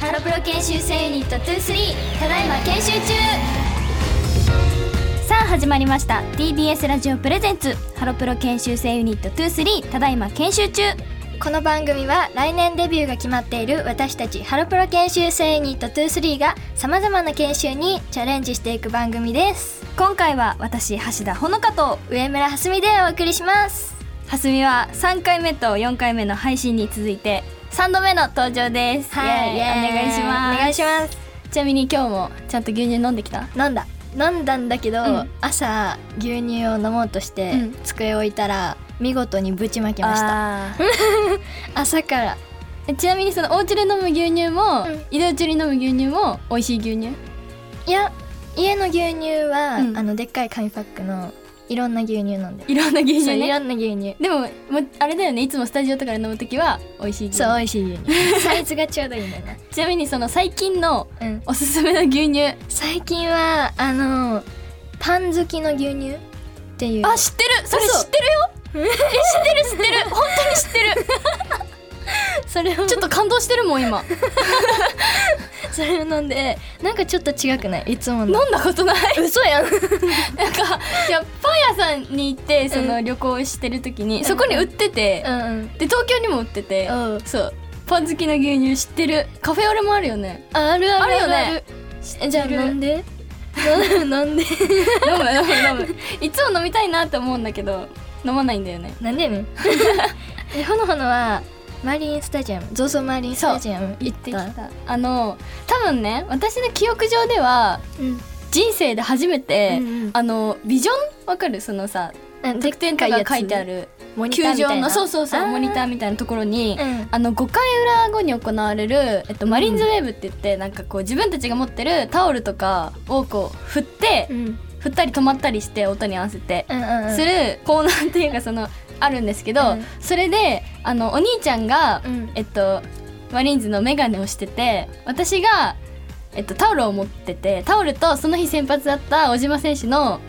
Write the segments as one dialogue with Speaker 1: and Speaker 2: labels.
Speaker 1: ハロプロ研修生ユニット23ただいま研修中さあ始まりました TBS ラジオプレゼンツハロプロ研修生ユニット23ただいま研修中
Speaker 2: この番組は来年デビューが決まっている私たちハロプロ研修生ユニット23がさまざまな研修にチャレンジしていく番組です
Speaker 1: 今回は私橋田ほのかと
Speaker 2: 上村はすみでお送りします
Speaker 1: はすみは3回目と4回目の配信に続いて3度目の登場です
Speaker 2: はい
Speaker 1: イエーイお願いします
Speaker 2: お願いします
Speaker 1: ちなみに今日もちゃんと牛乳飲んできた
Speaker 2: 飲んだ飲んだんだけど、
Speaker 1: うん
Speaker 2: 朝牛乳を飲もうとして、
Speaker 1: うん
Speaker 2: 机を置いたら見事にぶちまけました
Speaker 1: あー
Speaker 2: 朝から
Speaker 1: えちなみにそのお家で飲む牛乳も、
Speaker 2: うん
Speaker 1: 移動中に飲む牛乳も美味しい牛乳
Speaker 2: いや家の牛乳は、
Speaker 1: うん
Speaker 2: あのでっかい紙パックのいろんな牛乳飲んでる
Speaker 1: いろんな牛
Speaker 2: そう
Speaker 1: 乳
Speaker 2: い
Speaker 1: ね
Speaker 2: ろんな牛乳
Speaker 1: でももうあれだよねいつもスタジオとかで飲む時は美味しい牛乳
Speaker 2: そう美味しい牛 乳サイズがちょうどいいんだよな
Speaker 1: ちなみにその最近の
Speaker 2: うん
Speaker 1: おすすめの牛乳
Speaker 2: 最近はあのパン好きの牛乳っていう
Speaker 1: あ知ってるそれ知ってるよえ知ってる 知ってる本当に知ってる
Speaker 2: それを
Speaker 1: ちょっと感動してるもん今
Speaker 2: それを飲んでなんかちょっと違くないいつも
Speaker 1: 飲ん
Speaker 2: の
Speaker 1: だこと ない
Speaker 2: 嘘やん
Speaker 1: なんかいやパン屋さんに行ってその旅行してる時に、そこに売ってて、
Speaker 2: うんうん
Speaker 1: で東京にも売ってて、
Speaker 2: うん
Speaker 1: そうパン好きの牛乳知ってるカフェオレもあるよね
Speaker 2: ああるある
Speaker 1: あるよね
Speaker 2: あえじゃあ飲ん で飲ん飲んで
Speaker 1: 飲む飲む飲む いつも飲みたいなって思うんだけど飲まないんだよね
Speaker 2: なんでやねん えほのほのはマリンスタジアム ZOZO マリンスタジアム行った
Speaker 1: あの多分ね私の記憶上では
Speaker 2: うん
Speaker 1: 人生で初めて、
Speaker 2: うんうん
Speaker 1: あのビジョンわかるそのさ
Speaker 2: あで
Speaker 1: 得点とか書いてある
Speaker 2: モニター
Speaker 1: 球
Speaker 2: みた
Speaker 1: 場
Speaker 2: いな
Speaker 1: のそうそうそ
Speaker 2: あ
Speaker 1: う
Speaker 2: ー
Speaker 1: モニターみたいなところに、
Speaker 2: うん
Speaker 1: あの5回裏後に行われる、えっと、マリンズウェーブって言って、なんかこう自分たちが持ってるタオルとかをこう振って、
Speaker 2: うんうん
Speaker 1: 振ったり止まったりして音に合わせて
Speaker 2: うんうん
Speaker 1: するコーナーっていうかそのあるんですけど、
Speaker 2: うん
Speaker 1: それであのお兄ちゃんが、
Speaker 2: うん
Speaker 1: えっとマリーンズのメガネをしてて私が、えっと、タオルを持っててタオルとその日先発だった小島選手の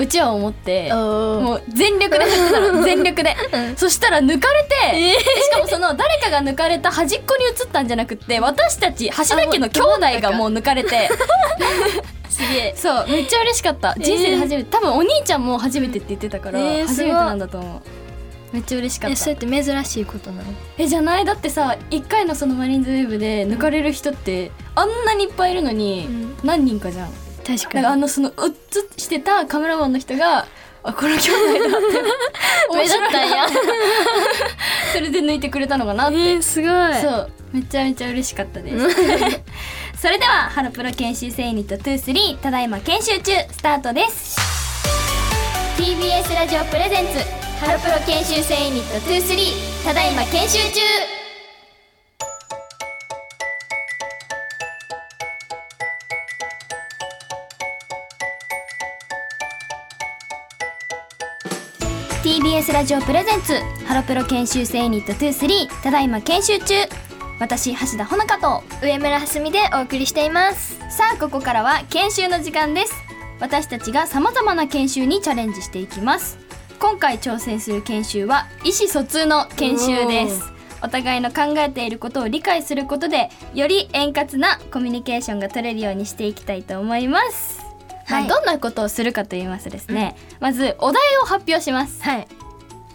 Speaker 1: うちわを持って。
Speaker 2: おー
Speaker 1: もう全力で振ってたの全力で、
Speaker 2: うん
Speaker 1: そしたら抜かれて、しかもその誰かが抜かれた端っこに移ったんじゃなくって私たち橋田家の兄弟がもう抜かれて
Speaker 2: すげえ
Speaker 1: そうめっちゃ嬉しかった
Speaker 2: えー
Speaker 1: 人生で初めて、多分お兄ちゃんも初めてって言ってたから、
Speaker 2: えー
Speaker 1: 初めてなんだと思うめっちゃ嬉しかっ
Speaker 2: えそう
Speaker 1: た
Speaker 2: やって珍しいことなの
Speaker 1: えじゃないだってさ1回のそのマリンズウェーブで抜かれる人ってあんなにいっぱいいるのに
Speaker 2: うん
Speaker 1: 何人かじゃん、
Speaker 2: 確
Speaker 1: だからあのその映してたカメラマンの人があこの 兄弟だって面白い な
Speaker 2: や
Speaker 1: それで抜いてくれたのかなって、
Speaker 2: えー、すごい
Speaker 1: そうめちゃめちゃ嬉しかっ たですそれではハロプロ研修生ユニット23ただいま研修中スタートです
Speaker 2: TBS ラジオプレゼンツハロプロ研修生ユニット23ただいま研修中
Speaker 1: TBS ラジオプレゼンツハロプロ研修生ユニット23ただいま研修中私橋田穂香と
Speaker 2: 上村はすみでお送りしています
Speaker 1: さあここからは研修の時間です私たちがさまざまな研修にチャレンジしていきます今回挑戦する研修は意思疎通の研修ですお互いの考えていることを理解することでより円滑なコミュニケーションが取れるようにしていきたいと思います、まあ
Speaker 2: はい
Speaker 1: どんなことをするかと言いますとですね、まずお題を発表します
Speaker 2: はい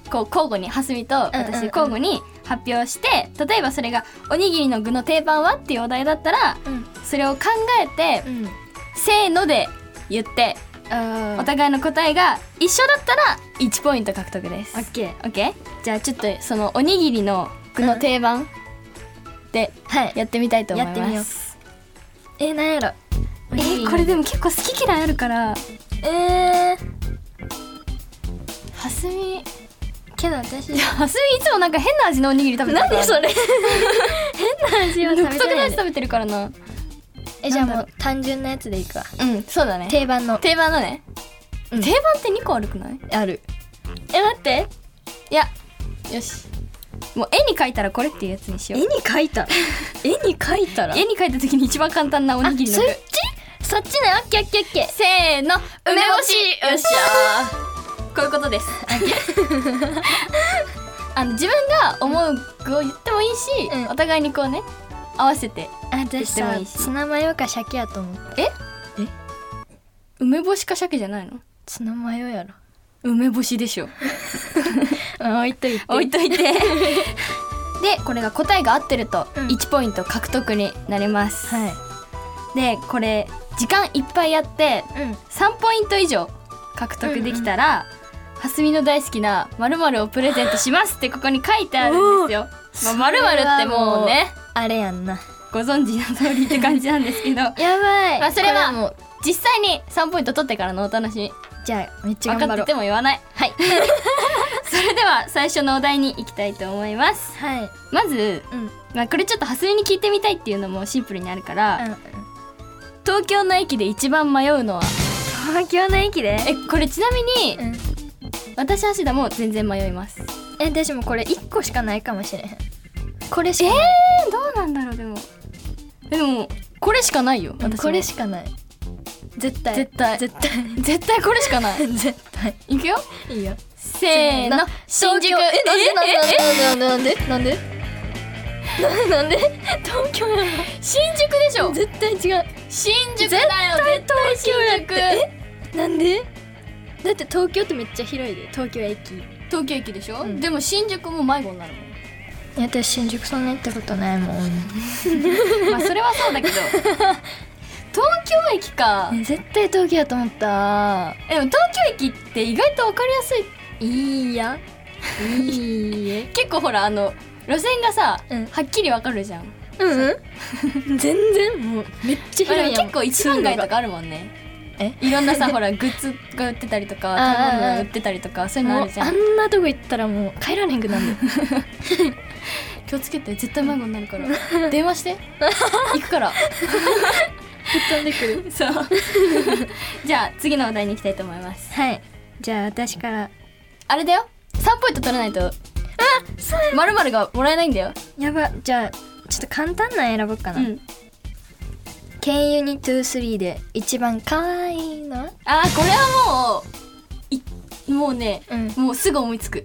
Speaker 1: こう交互に蓮見と
Speaker 2: うんうんうん
Speaker 1: 私交互に発表して、例えばそれが「おにぎりの具の定番は?」っていうお題だったら
Speaker 2: うん
Speaker 1: それを考えて
Speaker 2: うん
Speaker 1: 「せーの」で言って
Speaker 2: あ
Speaker 1: お互いの答えが一緒だったら1ポイント獲得です
Speaker 2: オ。ッケー
Speaker 1: オッケーじゃあちょっとそのおにぎりの具の定番で
Speaker 2: はい
Speaker 1: やってみたいと思い
Speaker 2: やってみ
Speaker 1: ま
Speaker 2: よう
Speaker 1: す。
Speaker 2: えなんやろ
Speaker 1: えーこれで
Speaker 2: も
Speaker 1: も結構好き嫌いあるから
Speaker 2: えー、
Speaker 1: はすみ
Speaker 2: けど私
Speaker 1: はすみいつもなんか変な味のおにぎり食べてるから
Speaker 2: 何それ 変な味は食
Speaker 1: 独
Speaker 2: べ
Speaker 1: 特
Speaker 2: て
Speaker 1: な
Speaker 2: な
Speaker 1: や
Speaker 2: い
Speaker 1: つ食べてるからな
Speaker 2: えじゃあもう単純なやつでいくわ
Speaker 1: うんそうだね
Speaker 2: 定番の
Speaker 1: 定番だね、
Speaker 2: うん
Speaker 1: 定番って2個悪くない
Speaker 2: ある
Speaker 1: え待っていやよしもう絵に描いたらこれっていうやつにしよう
Speaker 2: に描い た絵に描いたら
Speaker 1: 絵に描いた時に一番簡単なお
Speaker 2: あ
Speaker 1: にぎりの
Speaker 2: そ
Speaker 1: 具
Speaker 2: っちそっちねオッケーオッケーオッケー
Speaker 1: せーの梅干しよっしゃーこういうことですあの自分が思う具を言ってもいいし、
Speaker 2: うん
Speaker 1: お互いにこうね合わせて
Speaker 2: あ私
Speaker 1: でも
Speaker 2: さ
Speaker 1: いいし
Speaker 2: ツナマヨか鮭やと思った
Speaker 1: 梅干しか鮭じゃないの
Speaker 2: ツナマヨやろ
Speaker 1: 梅干しでしょ
Speaker 2: あ置いといて
Speaker 1: 置いと いてでこれが答えが合ってると
Speaker 2: うん
Speaker 1: 1ポイント獲得になります、
Speaker 2: はい
Speaker 1: でこれ時間いっぱいやって
Speaker 2: うん
Speaker 1: 3ポイント以上獲得できたら、はすみの大好きなまるをプレゼントしますってここに書いてあるんですよ。まるまるってもうね
Speaker 2: あれやんな
Speaker 1: ご存知の通りって感じなんです けど
Speaker 2: やばい、
Speaker 1: まあそれは
Speaker 2: こもう
Speaker 1: 実際に3ポイント取ってからのお楽しみ
Speaker 2: じゃあめっちゃ
Speaker 1: 分
Speaker 2: 頑張
Speaker 1: かっ
Speaker 2: ろ
Speaker 1: て
Speaker 2: う
Speaker 1: ても言わない。はい、 それでは最初のお題に行きたいと思います。
Speaker 2: はい
Speaker 1: まず、
Speaker 2: うんうん
Speaker 1: まあ、これちょっとはすみに聞いてみたいっていうのもシンプルにあるから、東京の駅で一番迷うのは
Speaker 2: 東京の駅で
Speaker 1: えこれちなみに、
Speaker 2: うん
Speaker 1: 私橋田も全然迷います。
Speaker 2: え私もこれ一個しかないかもしれへんこれし
Speaker 1: え
Speaker 2: かない、
Speaker 1: ー、どうなんだろうでもえでもこれしかないよ
Speaker 2: うん
Speaker 1: 私
Speaker 2: これしかない絶対
Speaker 1: 絶対
Speaker 2: 絶対
Speaker 1: 絶対これしかない
Speaker 2: 絶対
Speaker 1: いくよ
Speaker 2: いいよ
Speaker 1: せーの新宿
Speaker 2: 東京え
Speaker 1: ええ
Speaker 2: なんでなんで なんでなんでなんで東京や
Speaker 1: え新宿でしょ
Speaker 2: ろ絶対違う
Speaker 1: 新宿だよ絶対新宿
Speaker 2: えなんでだって東京ってめっちゃ広いで東京駅い
Speaker 1: 東京駅でしょ、
Speaker 2: うん
Speaker 1: でも新宿も迷子になる
Speaker 2: や私新宿そんな行ったことないもん
Speaker 1: もん まあそれはそうだ けど東京駅か
Speaker 2: え絶対東京やと思った
Speaker 1: えでも東京駅って意外と分かりやすい
Speaker 2: いいやいいえ
Speaker 1: 結構ほらあの路線がさ、
Speaker 2: うん
Speaker 1: はっきり分かるじゃん
Speaker 2: うん全然もうめっちゃ
Speaker 1: まあ
Speaker 2: 広
Speaker 1: でも
Speaker 2: いやん
Speaker 1: 結構一番街とかあるもんね
Speaker 2: え
Speaker 1: いろん なさほらグッズが売ってたりとか
Speaker 2: あー
Speaker 1: 食べ物が売ってたりとかそういうの
Speaker 2: も
Speaker 1: あ
Speaker 2: う
Speaker 1: るじゃ
Speaker 2: あ
Speaker 1: ん
Speaker 2: んなとこ行ったらもう帰られへんくなるの
Speaker 1: 気をつけて絶対迷子になるか ら電話して行くから
Speaker 2: 飛んでくる
Speaker 1: そうじゃあ次のお題に行きたいと思います
Speaker 2: はいじゃあ私から
Speaker 1: あれだよ3ポイント取らないとまるまるがもらえないんだよ
Speaker 2: やばじゃあちょっと簡単なの選ぼうかな、ケンユニトゥースリーで一番可愛いのは
Speaker 1: あーこれはもういもうね
Speaker 2: うん
Speaker 1: もうすぐ思いつく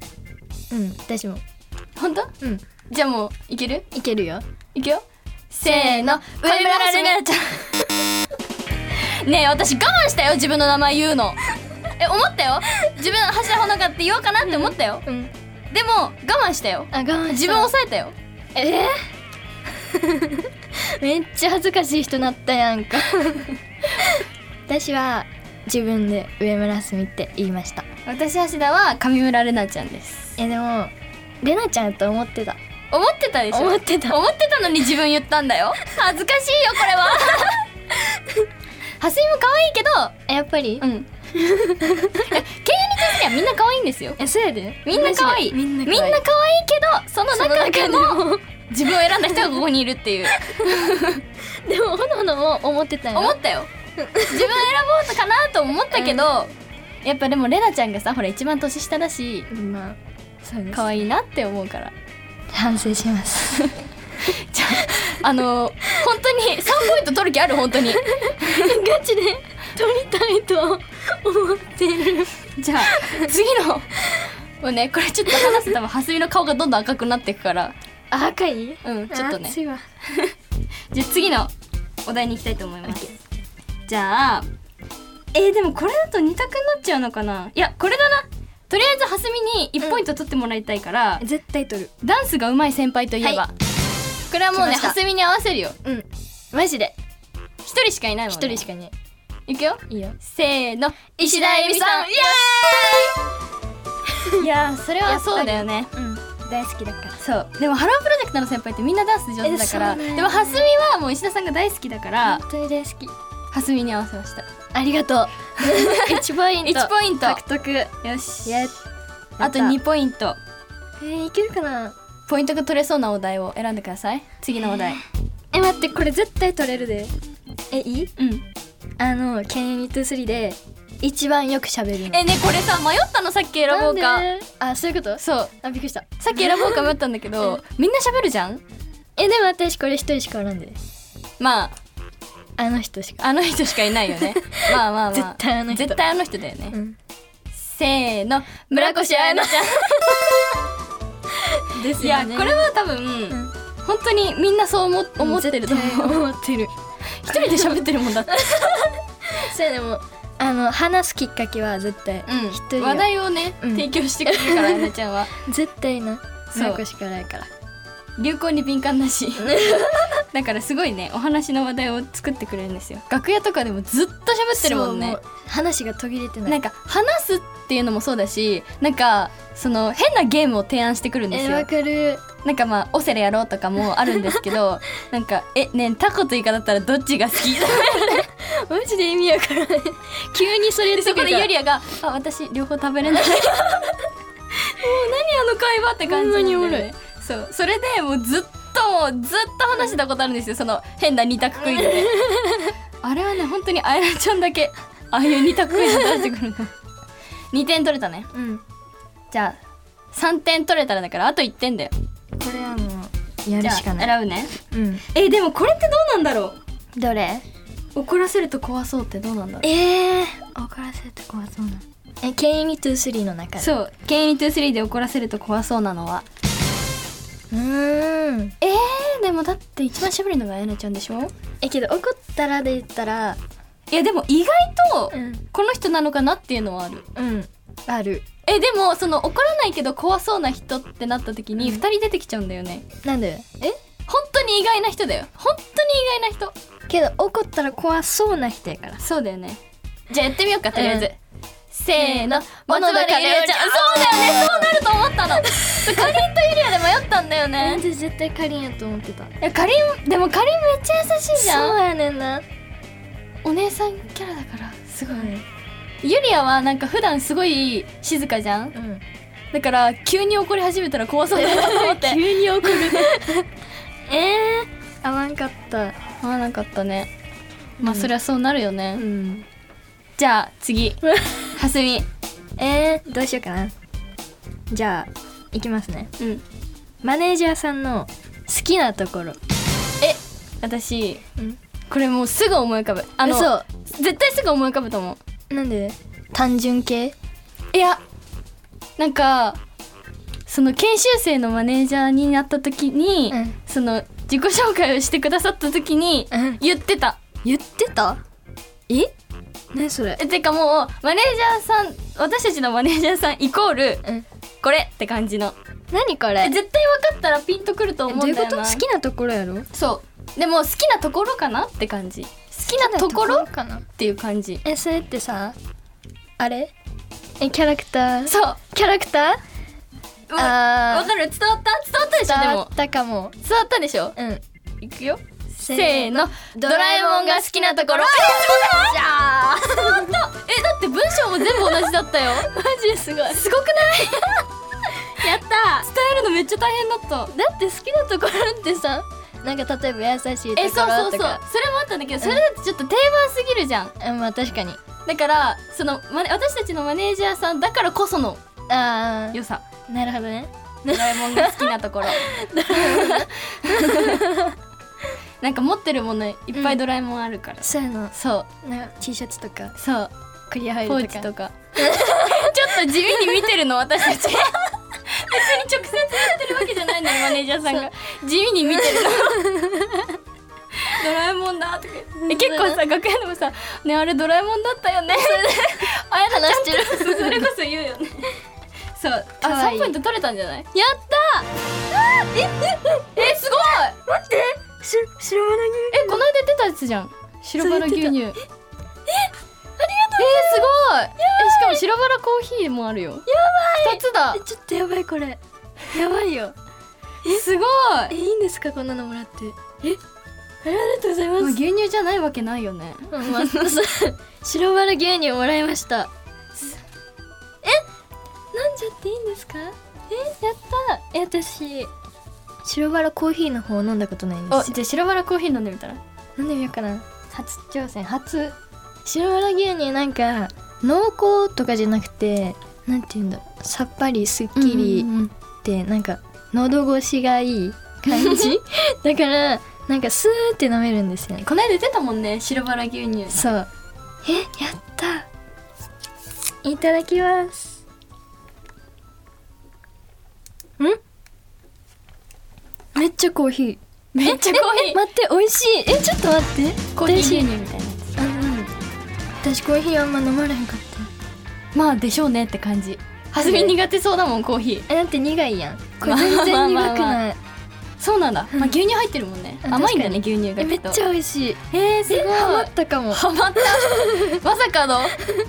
Speaker 2: うん私も
Speaker 1: 本当
Speaker 2: うん
Speaker 1: じゃあもういける
Speaker 2: いけるよ
Speaker 1: いくよせーの上村れなちゃん ねえ私我慢したよ自分の名前言うのえ思ったよ自分橋田ほのかって言おうかなって思ったよ
Speaker 2: うん
Speaker 1: でも我慢したよ
Speaker 2: あ我慢
Speaker 1: 自分を抑えたよ
Speaker 2: えー、めっちゃ恥ずかしい人なったやん か私は自分で上村すみって言いました
Speaker 1: 私橋田は上村れなちゃんです
Speaker 2: えでもれなちゃんやと思ってた
Speaker 1: 思ってたでしょ
Speaker 2: 思ってた
Speaker 1: 思ってたのに自分言ったんだよ 恥ずかしいよこ れはハスミも可愛いけど
Speaker 2: えやっぱり、
Speaker 1: うん いや経営に関してはみんな可愛いんですよ
Speaker 2: えそうやで
Speaker 1: みんな可愛い
Speaker 2: みんな可
Speaker 1: みん
Speaker 2: 愛い
Speaker 1: な可愛いけどその中でも自分を選んだ人がここにいるっていう
Speaker 2: でもほのほのも思ってたよ
Speaker 1: 思ったよ自分を選ぼうかなと思ったけど、やっぱでもレナちゃんがさほら一番年下だし
Speaker 2: まあそうです
Speaker 1: 可愛いなって思うから
Speaker 2: 反省します
Speaker 1: じゃああの本当に3ポイント取る気ある本当に
Speaker 2: ガチで撮りたいと思ってる
Speaker 1: じゃあ次のもうねこれちょっと話すと多分ハスミの顔がどんどん赤くなっていくから
Speaker 2: 赤い
Speaker 1: うんちょっとね
Speaker 2: 熱いわ
Speaker 1: じゃあ次のお題に行きたいと思います。じゃあ、えー、でもこれだと二択になっちゃうのかな。いやこれだな。とりあえず蓮見に一ポイント取ってもらいたいから、
Speaker 2: 絶対撮る
Speaker 1: ダンスが上手い先輩といえば、
Speaker 2: は
Speaker 1: これはもうね
Speaker 2: 来ました
Speaker 1: 蓮見に合わせるよ。
Speaker 2: うんマジで
Speaker 1: 一人しかいないもん、
Speaker 2: 一
Speaker 1: ね。
Speaker 2: 人
Speaker 1: し
Speaker 2: しかね
Speaker 1: いくよ。
Speaker 2: いいよ
Speaker 1: せーの石田えみさん。イエーイ。いやーそれはそうだよね。
Speaker 2: うん大好きだから
Speaker 1: そうでもハロープロジェクトの先輩ってみんなダンス上手だから、
Speaker 2: えそうね
Speaker 1: でも蓮見はもう石田さんが大好きだから
Speaker 2: 本当に大好き
Speaker 1: 蓮見に合わせました。
Speaker 2: ありがと う一ポイント
Speaker 1: 1ポイント
Speaker 2: 獲得やっ
Speaker 1: よし。
Speaker 2: た
Speaker 1: あと2ポイント。
Speaker 2: えー、いけるかな
Speaker 1: ポイントが取れそうなお題を選んでください。次のお題。
Speaker 2: え待ってこれ絶対取れるでえいい
Speaker 1: うん。
Speaker 2: あの「ケンユニット3」で一番よく喋るの
Speaker 1: え、ね、これさ、迷ったのさっき選ぼうか。
Speaker 2: なんであそういうこと
Speaker 1: そう。
Speaker 2: あびっくりした
Speaker 1: さっき選ぼうか迷ったんだ けど、みんな喋るじゃん
Speaker 2: えでも私これ一人しかおらんで
Speaker 1: まあ、
Speaker 2: あの人しか
Speaker 1: あの人しかいな いよね。まあまあまあ。
Speaker 2: 絶対あの人
Speaker 1: 絶対あの人だよね。
Speaker 2: ん
Speaker 1: せーの、村越彩乃ちゃん。
Speaker 2: で
Speaker 1: いや、これ
Speaker 2: は
Speaker 1: は多分、
Speaker 2: ん
Speaker 1: 本当にみんなそう思思ってると
Speaker 2: 絶対
Speaker 1: 思う
Speaker 2: 思ってる
Speaker 1: 一人で喋ってるもんだって、
Speaker 2: それでもあの話すきっかけは絶対、
Speaker 1: うん
Speaker 2: 一人は
Speaker 1: 話題をね、
Speaker 2: うん
Speaker 1: 提供してくれるからあやねちゃん は
Speaker 2: 絶対な
Speaker 1: そう
Speaker 2: 親子しかないから
Speaker 1: 流行に敏感だし だからすごいねお話の話題を作ってくれるんですよ楽屋とかでもずっと喋ってるもん
Speaker 2: そ
Speaker 1: ね
Speaker 2: うう話が途切れてない
Speaker 1: なんか話すっていうのもそうだしなんかその変なゲームを提案してくるんで
Speaker 2: え
Speaker 1: す
Speaker 2: わ
Speaker 1: よ
Speaker 2: かる
Speaker 1: なんかまあオセレやろうとかもあるんですけ どなんかえねえタコとイカだったらどっちが好き
Speaker 2: マジで意味わからない急にそれ言って
Speaker 1: でそ
Speaker 2: く
Speaker 1: こ
Speaker 2: る
Speaker 1: で
Speaker 2: から
Speaker 1: ユリアが「あ私両方食べれない」もう何あの会話って感じなんだよ
Speaker 2: ほんまにおもろ
Speaker 1: ねそうそれでもうずっともうずっと話したことあるんですよその変な二択クイズ であれはね本当にあやなちゃんだけああいう二択クイズ出してくるの2点取れたね
Speaker 2: うんこ
Speaker 1: じゃあ3点取れたらだからあと1点だよ
Speaker 2: れはもうや
Speaker 1: じ
Speaker 2: る
Speaker 1: ゃあ
Speaker 2: しか
Speaker 1: 選
Speaker 2: ない
Speaker 1: ぶね
Speaker 2: うん
Speaker 1: えでもこれってどうなんだろ
Speaker 2: どれ
Speaker 1: う怒らせると怖そうってどうなんだろ
Speaker 2: えー、怒らせて怖そうなえケイミトゥースリーの中
Speaker 1: う
Speaker 2: で
Speaker 1: そう「ケンイニ23」で怒らせると怖そうなのは
Speaker 2: うーん
Speaker 1: えー、でもだって一番しゃべるのがあやなちゃんでしょ
Speaker 2: えけど怒ったらで言ったら
Speaker 1: いやでも意外と
Speaker 2: うん
Speaker 1: この人なのかなっていうのはある
Speaker 2: うんある
Speaker 1: えでもその怒らないけど怖そうな人ってなった時に2人出てきちゃうんだよね
Speaker 2: なんでえ
Speaker 1: 本当に意外な人だよ本当に意外な人
Speaker 2: けど怒ったら怖そうな人やから
Speaker 1: そうだよねじゃあやってみようかとりあえず、
Speaker 2: うん
Speaker 1: せーの
Speaker 2: 小野田
Speaker 1: 松原
Speaker 2: 佳
Speaker 1: ゆ
Speaker 2: 代
Speaker 1: り
Speaker 2: ち
Speaker 1: ちゃ
Speaker 2: ゃ
Speaker 1: ん
Speaker 2: ん
Speaker 1: そうだよねそうなると思ったのそうかりんとゆりやで迷ったんだよ
Speaker 2: なん
Speaker 1: ね
Speaker 2: で絶対かりんやと思ってた
Speaker 1: いやかりんでもかりんめっちゃ優しいじゃん
Speaker 2: そうやねんな
Speaker 1: お姉さんキャラだからすごい
Speaker 2: うん
Speaker 1: ゆりやはなんか普段すごい静かじゃ
Speaker 2: う
Speaker 1: ん
Speaker 2: ん
Speaker 1: だから急に怒り始めたら怖そうだなと思って
Speaker 2: 急に怒るえー、合わんかった
Speaker 1: 合わなかったねまあ
Speaker 2: うん
Speaker 1: そりゃそうなるよね、
Speaker 2: ん
Speaker 1: じゃあ次はすみ
Speaker 2: えー、どうしようかなじゃあいきますね
Speaker 1: うん
Speaker 2: マネージャーさんの好きなところ
Speaker 1: え私
Speaker 2: うん
Speaker 1: これもうすぐ思い浮かぶあの
Speaker 2: 嘘
Speaker 1: 絶対すぐ思い浮かぶと思う
Speaker 2: なんで単純系
Speaker 1: いやなんかその研修生のマネージャーになった時に、
Speaker 2: うん
Speaker 1: その自己紹介をしてくださった時に
Speaker 2: うん
Speaker 1: 言ってた。
Speaker 2: 言ってたえ何それ
Speaker 1: えてかもうマネージャーさん私たちのマネージャーさんイコール
Speaker 2: うん
Speaker 1: これって感じの
Speaker 2: 何こ
Speaker 1: え
Speaker 2: れ
Speaker 1: 絶対分かったらピンとくると
Speaker 2: え
Speaker 1: 思
Speaker 2: どう
Speaker 1: う
Speaker 2: んいう
Speaker 1: だ
Speaker 2: こ
Speaker 1: よ
Speaker 2: と
Speaker 1: な
Speaker 2: 好きなところやろ好
Speaker 1: とそうでも好きなところかなって感じ好きなところっ
Speaker 2: かな
Speaker 1: ていう感じ
Speaker 2: えそれってさあれえキャラクター
Speaker 1: そう
Speaker 2: キャラクタ
Speaker 1: う
Speaker 2: ー
Speaker 1: わ
Speaker 2: あ
Speaker 1: わかる伝わった伝わったでしょで
Speaker 2: 伝わ
Speaker 1: も
Speaker 2: ったかも
Speaker 1: 伝わったでしょ
Speaker 2: うん
Speaker 1: いくよ
Speaker 2: せ
Speaker 1: せーのドラえもんが好きなところ
Speaker 2: じゃあ
Speaker 1: えだって文章も全部同じだ ったよ
Speaker 2: マジすごいだ
Speaker 1: すごくない やった伝えるのめっちゃ大変だった
Speaker 2: って好きなところってさなんか例えば優しいところとか
Speaker 1: えそうそうそうそれもあったんだけどそれだとちょっと定番すぎるじゃん
Speaker 2: うんまあ確かに
Speaker 1: だからそのま私たちのマネージャーさんだからこその
Speaker 2: あ
Speaker 1: 良さ
Speaker 2: あなるほどね
Speaker 1: ドラえもんが好きなところ なんか持ってるものいっぱいドラえもんあるから、
Speaker 2: そういうの
Speaker 1: そう
Speaker 2: なんか T シャツとか
Speaker 1: そう
Speaker 2: クリアフ
Speaker 1: ポ
Speaker 2: ァイル
Speaker 1: ー
Speaker 2: と
Speaker 1: チ
Speaker 2: か
Speaker 1: とかちょっと地味に見てるの私たち別に直接やってるわけじゃないのよマネージャーさんが地味に見てるのドラえもんだとか言ってえ結構さ楽屋でもさ「ねあれドラえもんだったよね」あやなちゃん
Speaker 2: 話して
Speaker 1: るそれこそ言うよねそうあ
Speaker 2: かわいい
Speaker 1: 3ポイント取れたんじゃな
Speaker 2: や
Speaker 1: い
Speaker 2: ったー
Speaker 1: えすごい
Speaker 2: 待ってし白物
Speaker 1: えこの間出たやつじゃん白バラ牛乳えありがとうえー、すごいえしかも白バラコーヒーもあるよやばい2つだ
Speaker 2: えちょっとやばいこれやばいよ
Speaker 1: すご
Speaker 2: え
Speaker 1: い
Speaker 2: いいんですかこんなのもらってえありがとうござい
Speaker 1: もう
Speaker 2: ます
Speaker 1: 牛乳じゃないわけないよね
Speaker 2: うんまあそうそう白バラ牛乳もらいましたえ飲んじゃっていいんですかえやったえ私白バラコーヒーの方を飲んだことないんで
Speaker 1: お
Speaker 2: すよ
Speaker 1: じゃあ白バラコーヒー飲んでみたら
Speaker 2: 飲んでみようかな初挑戦初白バラ牛乳なんか濃厚とかじゃなくてなんて言うんだろうさっぱりすっきり、ってなんか喉越しがいい感 じだからなんかスーって飲めるんですよね
Speaker 1: この間出たもんね白バラ牛 乳
Speaker 2: そうえやったいただきますん
Speaker 3: めっちゃコーヒー
Speaker 1: めっちゃコーヒー
Speaker 3: 待って美味しいえちょっと待って
Speaker 1: コーヒー牛
Speaker 3: 私
Speaker 1: 乳みたいなや
Speaker 3: あのなんだ私コーヒーあんま飲まれへんかっ
Speaker 1: つまあでしょうねって感じはすみ苦手そうだもんコーヒー
Speaker 3: たえだって苦いやんこれ
Speaker 1: まあ
Speaker 3: 全然
Speaker 1: まあま
Speaker 3: 苦
Speaker 1: あ
Speaker 3: く
Speaker 1: まあ
Speaker 3: ない
Speaker 1: そうなんだ、まあ、牛乳入ってるもんね
Speaker 3: うん
Speaker 1: 甘いんだね
Speaker 3: 確
Speaker 1: 牛乳が
Speaker 3: えめっ
Speaker 1: と
Speaker 3: ちゃ美味しい
Speaker 1: えー、すごい
Speaker 3: えハマったかも
Speaker 1: ハマったまさかの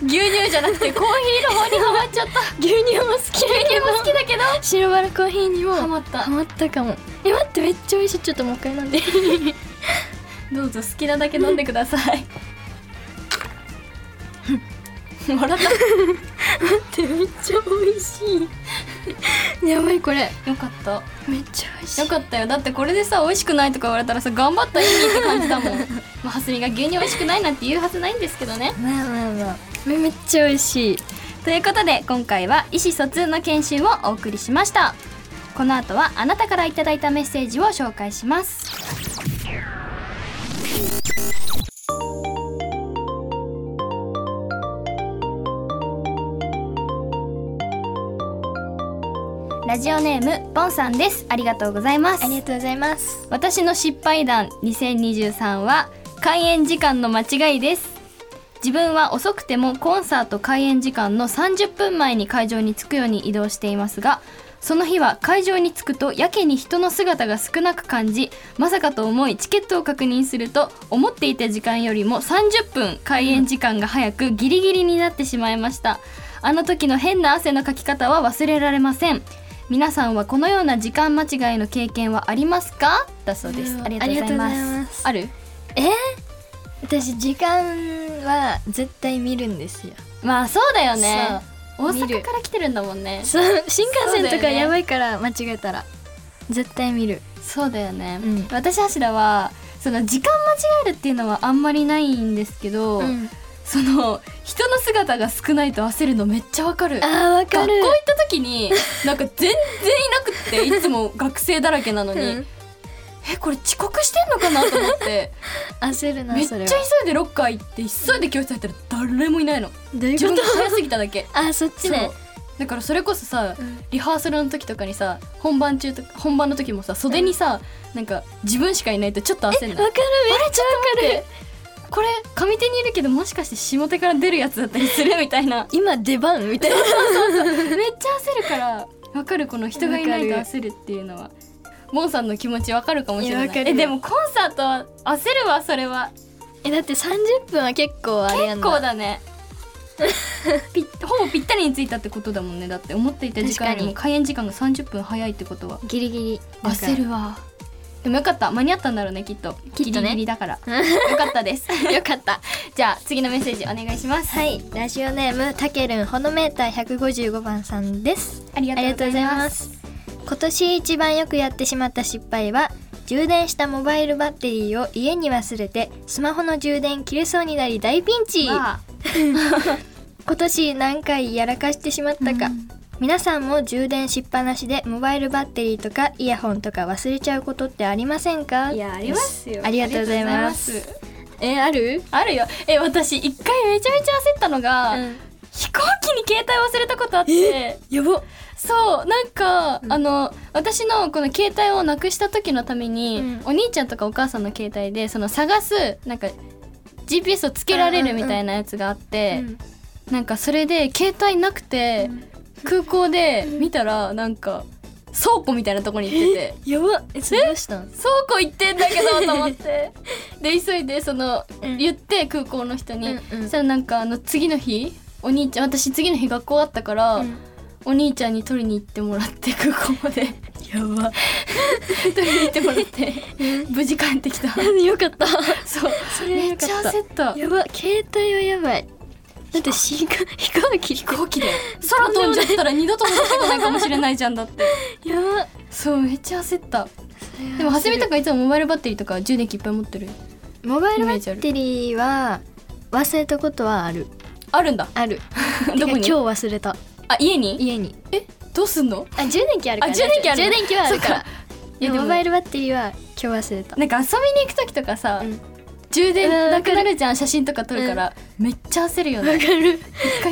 Speaker 1: 牛乳じゃなくてコーヒーの方にハマっちゃ った
Speaker 3: 牛乳も好き牛乳も好きだけど白バラコーヒーに も
Speaker 1: ハマった
Speaker 3: ハマったかもえ待ってめっちゃ美味しいちょっともう一回飲んで
Speaker 1: どうぞ好きなだけ飲んでください笑っ
Speaker 3: めっちゃ美味しいやばいこれ
Speaker 1: たよかった
Speaker 3: めっちゃ美味しい
Speaker 1: よかったよだってこれでさ美味しくないとか言われたらさ頑張った意味って感じだも んまあはすみが牛乳美味しくないなんて言うはずないんですけどね
Speaker 3: まあまあまあめめっちゃ美味しい
Speaker 1: ということで今回は意思疎通の研修をお送りしましたこの後はあなたからいただいたメッセージを紹介しますラジオネームボンさんですありがとうございます
Speaker 3: ありがとうございます
Speaker 1: 私の失敗談2023は開演時間の間違いです自分は遅くてもコンサート開演時間の30分前に会場に着くように移動していますがその日は会場に着くとやけに人の姿が少なく感じまさかと思いチケットを確認すると思っていた時間よりも30分開演時間が早くギリギリになってしまいましたあの時の変な汗のかき方は忘れられません皆さんはこのような時間間違いの経験はありますかだそうです
Speaker 3: うん
Speaker 1: ありがとうござい
Speaker 3: ありがとうござい
Speaker 1: ま
Speaker 3: ます
Speaker 1: すある
Speaker 3: 私時間は絶対見るんですよ
Speaker 1: まあそうだよね大
Speaker 3: 見る
Speaker 1: 阪から来てるんだもんね
Speaker 3: そう新幹
Speaker 1: そ
Speaker 3: 線
Speaker 1: う
Speaker 3: と
Speaker 1: だ
Speaker 3: か
Speaker 1: よね
Speaker 3: やばいから間違えたら、絶対見る
Speaker 1: そうだよね、
Speaker 3: うん
Speaker 1: 私柱はその時間間違えるっていうのはあんまりないんですけど、
Speaker 3: うん
Speaker 1: その人の姿が少ないと焦るのめっちゃわかる
Speaker 3: あーわか
Speaker 1: 学校
Speaker 3: る
Speaker 1: 行った時になんか全然いなくっ ていつも学生だらけなのに、
Speaker 3: うん
Speaker 1: えこれ遅刻してんのかなと思 って
Speaker 3: 焦
Speaker 1: め
Speaker 3: るな
Speaker 1: っち
Speaker 3: そ
Speaker 1: ゃ
Speaker 3: れ
Speaker 1: 急い
Speaker 3: は
Speaker 1: でロッカー行って急いで教室入ったら誰もいないの
Speaker 3: どういう
Speaker 1: 自
Speaker 3: こ
Speaker 1: 分
Speaker 3: と
Speaker 1: が早すぎただけ
Speaker 3: あそっちね
Speaker 1: そうだからそれこそさ、
Speaker 3: うん
Speaker 1: リハーサルの時とかにさ本番中とか本番の時もさ袖にさ、なんか自分しかいないとちょっと焦んな
Speaker 3: わ
Speaker 1: い
Speaker 3: かるめっちゃわかる
Speaker 1: これ上手にいるけどもしかして下手から出るやつだったりするみたいな
Speaker 3: 今出番みたい な
Speaker 1: めっちゃ焦るからわかるこの人がいないと焦るっていうのはボンさんの気持ちわかるかもしれない
Speaker 3: やわかる
Speaker 1: えでもコンサートは焦るわそれは
Speaker 3: えだって30分は結構あれやん
Speaker 1: 結
Speaker 3: な
Speaker 1: 構だ ねぴほぼぴったりについたってことだもんねだって思っていた時間よりも
Speaker 3: 確
Speaker 1: 開演時間が30分早いってことは
Speaker 3: ギリギリ
Speaker 1: 焦るわでもよかった間に合ったんだろうねきっと
Speaker 3: きっと
Speaker 1: ギリ
Speaker 3: ね
Speaker 1: ギリだから よかったです
Speaker 3: るよかった
Speaker 1: じゃあ次のメッセージお願いします
Speaker 3: はいラジオネームたけるんほのメーター155番さんです
Speaker 1: あり
Speaker 3: あ
Speaker 1: が
Speaker 3: りが
Speaker 1: と
Speaker 3: と
Speaker 1: う
Speaker 3: う
Speaker 1: ご
Speaker 3: ご
Speaker 1: ざ
Speaker 3: ざ
Speaker 1: い
Speaker 3: い
Speaker 1: ま
Speaker 3: ますす今年一番よくやってしまった失敗は充電したモバイルバッテリーを家に忘れてスマホの充電切れそうになり大ピンチ今
Speaker 1: わあ
Speaker 3: 年何回やらかしてしまったか、
Speaker 1: うん
Speaker 3: 皆さんも充電しっぱなしでモバイルバッテリーとかイヤホンとか忘れちゃうことってありませんか
Speaker 1: いやありますよ
Speaker 3: ありがとうございます
Speaker 1: ありがとうございます
Speaker 3: えある
Speaker 1: あるよえ私一回めちゃめちゃ焦ったのが、
Speaker 3: うん
Speaker 1: 飛行機に携帯忘れたことあって
Speaker 3: やば
Speaker 1: そうなんか、あの私のこの携帯をなくした時のために、
Speaker 3: うん
Speaker 1: お兄ちゃんとかお母さんの携帯でその探すなんか GPS をつけられるみたいなやつがあって、なんかそれで携帯なくて、空港で見たらなんか倉庫みたいなとこに行ってて
Speaker 3: やばえそれどうしたん
Speaker 1: 倉庫行ってんだけどと思って で急いでその、
Speaker 3: うん
Speaker 1: 言って空港の人に、
Speaker 3: うんうん
Speaker 1: そしたらなんかあの次の日お兄ちゃん私次の日学校あったから、
Speaker 3: うん
Speaker 1: お兄ちゃんに取りに行ってもらって空港ま で
Speaker 3: やば
Speaker 1: 取りに行ってもらって無事帰ってきた
Speaker 3: よかった
Speaker 1: そう
Speaker 3: そ
Speaker 1: めっちゃ焦った
Speaker 3: やば携帯はやばいだって飛行 飛行機飛
Speaker 1: 飛行機で空飛んじゃったら二度と戻ってこないかもしれないじゃんだって
Speaker 3: やば
Speaker 1: そうめっちゃ焦ったでも蓮見とかいつもモバイルバッテリーとか充電器いっぱい持ってる
Speaker 3: モバイルバッテリーは忘れたことはある
Speaker 1: あるんだ
Speaker 3: あ る
Speaker 1: どこ
Speaker 3: てか今
Speaker 1: に
Speaker 3: 日忘れた
Speaker 1: あ家に
Speaker 3: 家に
Speaker 1: えどうすんの
Speaker 3: あ充電器あるから
Speaker 1: あ充電器ある
Speaker 3: 充電器はあるから
Speaker 1: そっかいやで
Speaker 3: でも
Speaker 1: も
Speaker 3: モバイルバッテリーは今日忘れた
Speaker 1: なんか遊びに行く時とかさ、
Speaker 3: うん
Speaker 1: 充電なくなるじゃん写真とか撮るから、めっちゃ焦るよね
Speaker 3: かる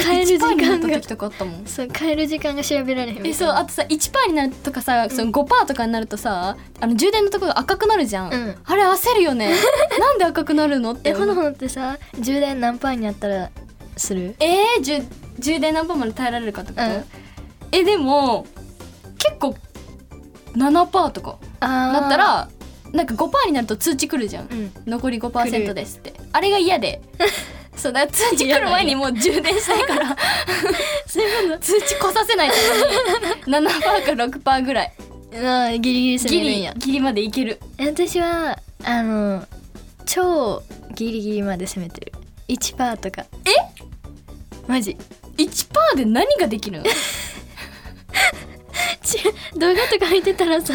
Speaker 3: 変える時間
Speaker 1: 1%
Speaker 3: が
Speaker 1: になった時とかあったもん
Speaker 3: そう変える時間が調べられへんみたいな
Speaker 1: えそうあとさ1%になるとかさその5%とかになるとさあの充電のとこが赤くなるじゃん、
Speaker 3: うん
Speaker 1: あれ焦るよ ねなんで赤くなるのって
Speaker 3: えほのほのってさ充電何パーになったらする
Speaker 1: えー、じゅ充電何パーまで耐えられるかってこと、
Speaker 3: うん
Speaker 1: えでも結構7%とか
Speaker 3: あー
Speaker 1: なったらなんか5%になると通知来るじゃん、
Speaker 3: うん
Speaker 1: 残り
Speaker 3: 来
Speaker 1: 5%
Speaker 3: る
Speaker 1: ですってあれが嫌 でそうだから通知来る前にもう充電したいから 通知来させないために7%か6%ぐらい
Speaker 3: あーギリギリ攻
Speaker 1: ギ
Speaker 3: めるん
Speaker 1: リ
Speaker 3: や
Speaker 1: ギリまでいける
Speaker 3: え私はあの超ギリギリまで攻めてる1パーとかえマジ
Speaker 1: 1%で何ができるの
Speaker 3: ち動画とか見てたらさ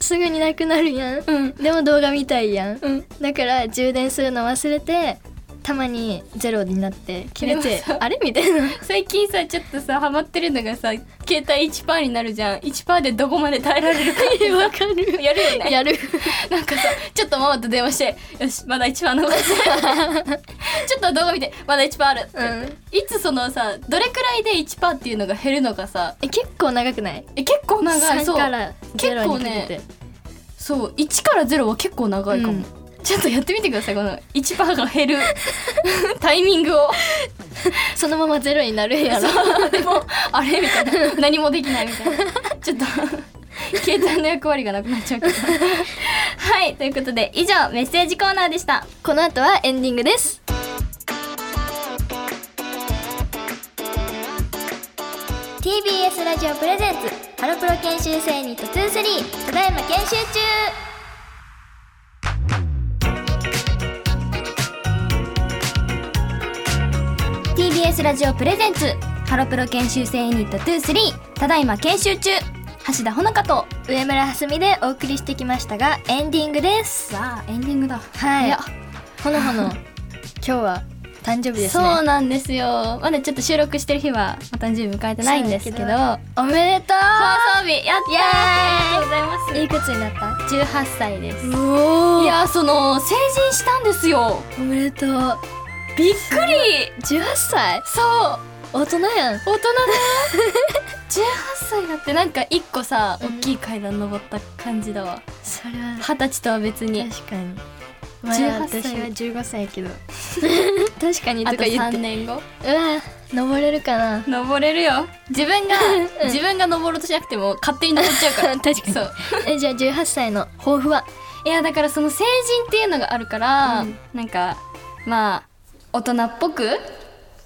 Speaker 3: すぐになくなるやん、
Speaker 1: うん
Speaker 3: でも動画見たいやん、
Speaker 1: うん
Speaker 3: だから充電するの忘れてたまにゼロになって切れ
Speaker 1: で
Speaker 3: て
Speaker 1: もさ
Speaker 3: あれみたいな
Speaker 1: 最近さちょっとさハマってるのがさ携帯1%になるじゃん1%でどこまで耐えられるか ってわかるやるよね
Speaker 3: やる
Speaker 1: なんかさちょっとママと電話してよしまだ1%残って るちょっと動画見てまだ1%あるって、
Speaker 3: うん
Speaker 1: いつそのさどれくらいで1%っていうのが減るのかさ
Speaker 3: え結構長くない
Speaker 1: え結構長い
Speaker 3: 3
Speaker 1: そう
Speaker 3: からゼロにかけて、
Speaker 1: 結そう1から0は結構長いかも、
Speaker 3: うん
Speaker 1: ちょっとやってみてくださいこの1%が減る タイミングを
Speaker 3: そのままゼロになるやろ
Speaker 1: そうでもあれみたいな何もできないみたいなちょ っと携帯の役割がなくなっちゃうけどはいということで以上メッセージコーナーでした
Speaker 3: この後はエンディングです
Speaker 2: ラジオプレゼンツハロプロ研修生ニット23ただいま研修中
Speaker 1: ラジオプレゼンツハロプロ研修生ユニット23ただいま研修中橋田ほのかとわ
Speaker 3: 上村はすみでお送りしてきましたがエンディングです
Speaker 1: あエンディングだ
Speaker 3: はいい
Speaker 1: や
Speaker 3: ほの ほの今日は誕生日です
Speaker 1: そう
Speaker 3: ね
Speaker 1: なんですよまだちょっと収録してる日はお誕生日迎えてないんですけど
Speaker 3: そう
Speaker 1: 放
Speaker 3: やおめでと
Speaker 1: 送日やったーありがとうございます
Speaker 3: ういくつになった
Speaker 1: 18歳です
Speaker 3: お
Speaker 1: いやーその成人したんですよ
Speaker 3: おめでとう
Speaker 1: びっくり
Speaker 3: 18歳
Speaker 1: そう
Speaker 3: 大人やん
Speaker 1: 大人だ18歳だってなんか一個さ大きい階段登った感じだわ
Speaker 3: それは
Speaker 1: 二十歳とは別に
Speaker 3: 確かに
Speaker 1: 18
Speaker 3: 前は私
Speaker 1: 歳
Speaker 3: は15歳やけど 確かに
Speaker 1: あ
Speaker 3: と
Speaker 1: と
Speaker 3: か言っ
Speaker 1: 3
Speaker 3: て
Speaker 1: 年後
Speaker 3: うわ登れるかな
Speaker 1: 登れるよ自分が、
Speaker 3: うん
Speaker 1: 自分が登ろうとしなくても勝手に登っちゃうから
Speaker 3: 確かに
Speaker 1: そう
Speaker 3: えじゃあ18歳の抱負はい
Speaker 1: やだからその成人っていうのがあるから、
Speaker 3: うん
Speaker 1: なんかまあ大人っぽく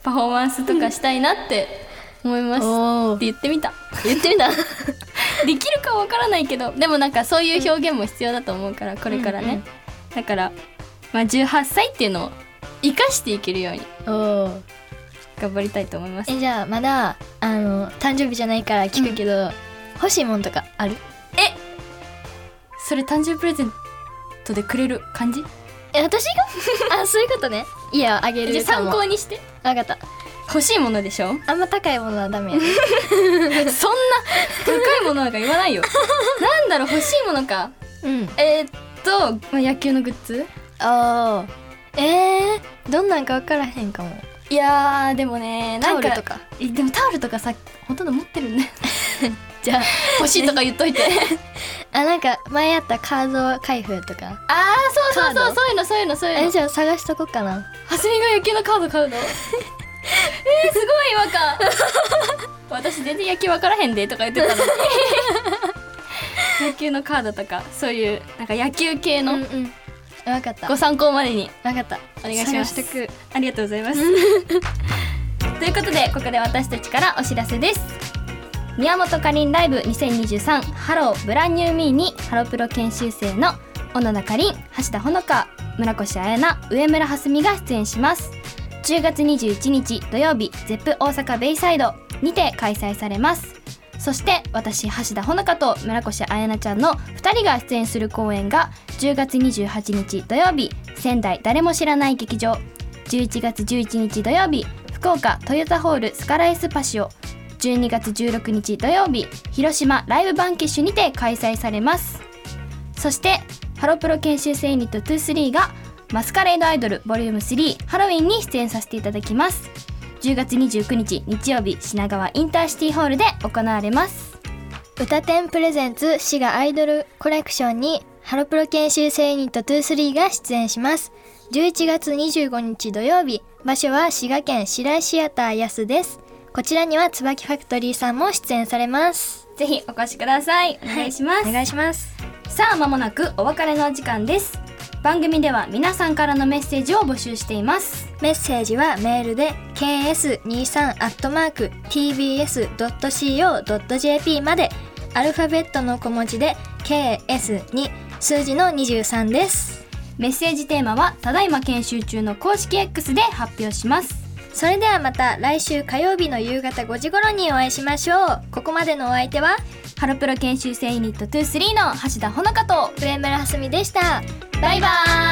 Speaker 1: パフォーマンスとかしたいなって思いますっ
Speaker 3: お
Speaker 1: て言ってみた
Speaker 3: 言ってみた
Speaker 1: できるかわからないけどでもなんかそういう表現も必要だと思うからこれからね、
Speaker 3: うんうん
Speaker 1: だから、まあ、18歳っていうのを生かしていけるように
Speaker 3: おー
Speaker 1: 頑張りたいと思います
Speaker 3: えじゃあまだあの誕生日じゃないから聞くけど、欲しいもんとかある
Speaker 1: それ誕生日プレゼントでくれる感じ
Speaker 3: え私 があそういうことねいいやあげ
Speaker 1: じゃあ参
Speaker 3: るかも
Speaker 1: 考にして
Speaker 3: 分かった
Speaker 1: 欲しいもの でしょ
Speaker 3: あんま高いものはダメやね
Speaker 1: そんな高いものなんか言わ ないよなんだろう欲しいものか
Speaker 3: うん
Speaker 1: えーっと、まあ、野球のグッズ
Speaker 3: あーえー、どんなんか分からへんかも
Speaker 1: いやーでもね
Speaker 3: タ
Speaker 1: な
Speaker 3: オ
Speaker 1: んか
Speaker 3: ルとか
Speaker 1: えでもタオルとかさほとんど持ってるんで
Speaker 3: じゃあ
Speaker 1: 欲しいとか言っといて
Speaker 3: あなんか前やったカード開封とか
Speaker 1: あーそうそう
Speaker 3: カー
Speaker 1: そう
Speaker 3: ド
Speaker 1: そういうのそういうのそういう
Speaker 3: え
Speaker 1: の
Speaker 3: じゃあ探しとこうかな
Speaker 1: はすみが野球のカード買うの えー、すごい違和感 私全然野球分からへんでとか言ってたの に野球のカードとかそういうなんか野球系の
Speaker 3: ん分かった
Speaker 1: ご
Speaker 3: 分
Speaker 1: 参考までに
Speaker 3: かった
Speaker 1: お願いします
Speaker 3: 探しとく
Speaker 1: ありがとうございます。ということでここで私たちからお知らせです。宮本かりんライブ2023ハローブランニューミーにハロプロ研修生の小野田かりん、橋田ほのか、村越彩菜、上村はすみが出演します。10月21日土曜日、ゼップ大阪ベイサイドにて開催されます。そして私橋田ほのかと村越彩菜ちゃんの2人が出演する公演が10月28日土曜日仙台誰も知らない劇場11月11日土曜日福岡トヨタホールスカラエスパシオ12月16日土曜日広島ライブバンケッシュにて開催されますそして
Speaker 2: ハロプロ研修生ユニット23がマスカレードアイドルボリューム3ハロウィンに出演させていただきます10月29日日曜日品川インターシティホールで行われます
Speaker 3: 歌天プレゼンツ滋賀アイドルコレクションにハロプロ研修生ユニット23が出演します11月25日土曜日場所は滋賀県白井シアター安ですこちらには椿ファクトリーさんも出演されます
Speaker 2: ぜひお越しくださいお願いします、
Speaker 3: お願いします
Speaker 2: さあ間もなくお別れのお時間です番組では皆さんからのメッセージを募集しています
Speaker 3: メッセージはメールで ks23-tbs.co.jp までアルファベットの小文字で ks2 数字の23です
Speaker 2: メッセージテーマはただいま研修中の公式 X で発表します
Speaker 3: それではまた来週火曜日の夕方5時頃にお会いしましょうここまでのお相手は
Speaker 2: ハロプロ研修生ユニット23の橋田穂香と
Speaker 3: 上村はすみでした
Speaker 2: バイバーイ